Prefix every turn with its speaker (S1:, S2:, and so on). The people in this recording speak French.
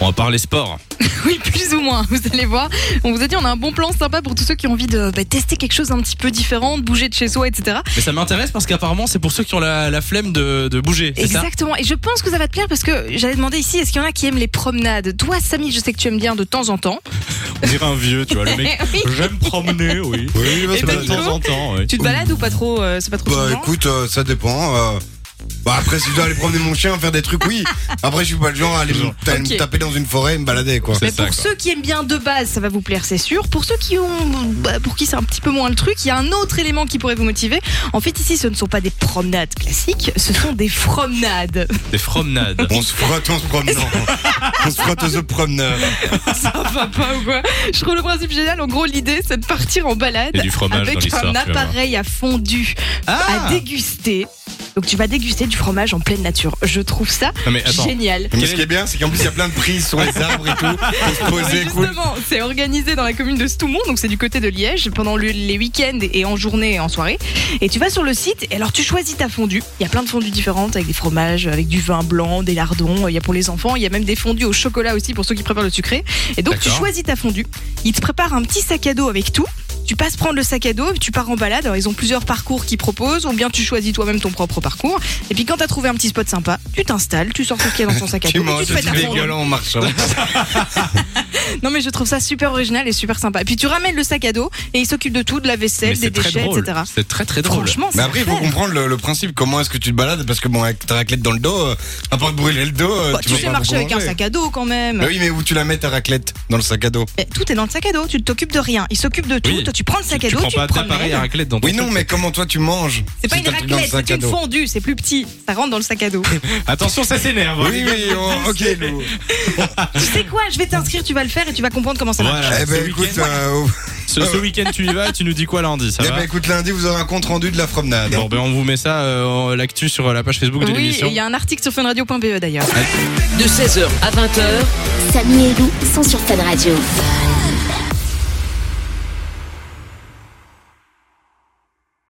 S1: On va parler sport.
S2: Oui, plus ou moins, vous allez voir. On vous a dit, on a un bon plan sympa pour tous ceux qui ont envie de bah, tester quelque chose un petit peu différent, de bouger de chez soi, etc.
S1: Mais ça m'intéresse parce qu'apparemment, c'est pour ceux qui ont la, la flemme de, de bouger. C'est ça
S2: Exactement. Et je pense que ça va te plaire parce que j'allais demander ici, est-ce qu'il y en a qui aiment les promenades Toi, Samy, je sais que tu aimes bien de temps en temps.
S1: On dirait un vieux, tu vois, le mec.
S2: Oui.
S1: J'aime promener, oui.
S3: Oui, bah,
S2: Et
S3: ça
S2: bah,
S3: va.
S2: dis donc.
S1: en temps, oui.
S2: Tu te balades ou pas trop euh, C'est pas trop
S3: Bah
S2: souvent
S3: écoute, euh, ça dépend. euh. Bah après, si je dois aller promener mon chien, faire des trucs, oui. Après, je suis pas le genre à aller me, ta-
S2: Ok.
S3: me taper dans une forêt et me balader, quoi.
S1: C'est
S2: Mais
S1: ça,
S2: pour
S1: quoi.
S2: ceux qui aiment bien de base, ça va vous plaire, c'est sûr. Pour ceux qui ont, bah, pour qui c'est un petit peu moins le truc, il y a un autre élément qui pourrait vous motiver. En fait, ici, ce ne sont pas des promenades classiques, ce sont des promenades.
S1: Des promenades.
S3: On se frotte en se promenant. On se frotte aux autres promeneurs.
S2: ça va pas ou quoi Je trouve le principe génial. En gros, l'idée, c'est de partir en balade
S1: Et du fromage dans
S2: avec
S1: l'histoire,
S2: un
S1: tu vas voir.
S2: appareil à fondu
S1: Ah
S2: à déguster. Donc, tu vas déguster du fromage en pleine nature. Je trouve ça
S1: Non, mais attends. Ah
S2: génial.
S3: Mais ce qui est bien, c'est qu'en plus, il y a plein de prises sur les arbres et tout. Pour se
S2: Mais
S3: poser, cool.
S2: justement, c'est organisé dans la commune de Stoumont, donc c'est du côté de Liège, pendant le- les week-ends et en journée et en soirée. Et tu vas sur le site, et alors tu choisis ta fondue. Il y a plein de fondues différentes, avec des fromages, avec du vin blanc, des lardons, euh, il y a pour les enfants, il y a même des fondues au chocolat aussi pour ceux qui préparent le sucré. Et donc tu
S1: D'accord.
S2: choisis ta fondue. Ils te préparent un petit sac à dos avec tout. Tu passes prendre le sac à dos, tu pars en balade. Alors, ils ont plusieurs parcours qu'ils proposent, ou bien tu choisis toi-même ton propre parcours. Et puis quand t'as trouvé un petit spot sympa, tu t'installes, tu sors tout ce qu'il y a dans ton sac à
S3: Tu
S2: dos, et
S3: manges,
S2: tu te fais
S3: c'est
S2: ta fondue.
S3: dégueulant en marchant.
S2: Non mais je trouve ça super original et super sympa. Et puis tu ramènes le sac à dos et il s'occupe de tout, de la
S1: Mais
S2: vaisselle, des
S1: c'est très
S2: déchets,
S1: drôle.
S2: etc.
S1: C'est très très drôle.
S2: Franchement,
S3: Mais
S2: c'est
S3: après, il faut
S2: faire.
S3: comprendre le, le principe. Comment est-ce que tu te balades Parce que bon, avec ta raclette dans le dos, euh, à part te brûler le dos, euh,
S2: Bah,
S3: tu,
S2: tu
S3: vas
S2: sais
S3: pas
S2: marcher
S3: beaucoup
S2: avec un
S3: manger.
S2: sac à dos quand même.
S3: Mais oui, mais où tu la mets ta raclette Dans le sac à dos.
S2: Eh, Tout est dans le sac à dos, tu t'occupes de rien. Il s'occupe de tout,
S1: Oui.
S2: toi tu prends le sac
S1: Tu,
S2: à
S1: tu
S2: dos,
S1: prends
S2: tu te
S1: pas d'appareil à
S2: promènes.
S1: raclette dans ton
S3: Oui, non,
S1: truc.
S3: mais comment toi tu manges
S2: C'est pas
S3: Si
S2: une
S3: t'as le truc dans le
S2: raclette,
S3: sac
S2: c'est
S3: à
S2: une
S3: dos.
S2: fondue, c'est plus petit. Ça rentre dans le sac à dos.
S1: Attention, ça s'énerve. hein.
S3: Oui, oui, on- ok, Eh ben, Lou.
S2: tu sais quoi, je vais t'inscrire, tu vas le faire et tu vas comprendre comment ça marche.
S1: Voilà.
S3: Eh
S1: ce
S3: ben,
S1: week-end-
S3: écoute, euh,
S1: Ce, ce week-end, tu y vas et tu nous dis quoi lundi Ça
S3: eh
S1: va
S3: ben, écoute, hein. lundi, vous aurez un compte rendu de la promenade.
S1: Bon, ben on vous met ça, euh, en- l'actu sur la page Facebook de
S2: Oui, et
S1: l'émission.
S2: il y a un article sur funradio.be d'ailleurs.
S4: De 16h à 20h,
S5: Samy et Lou sont sur Fun Radio.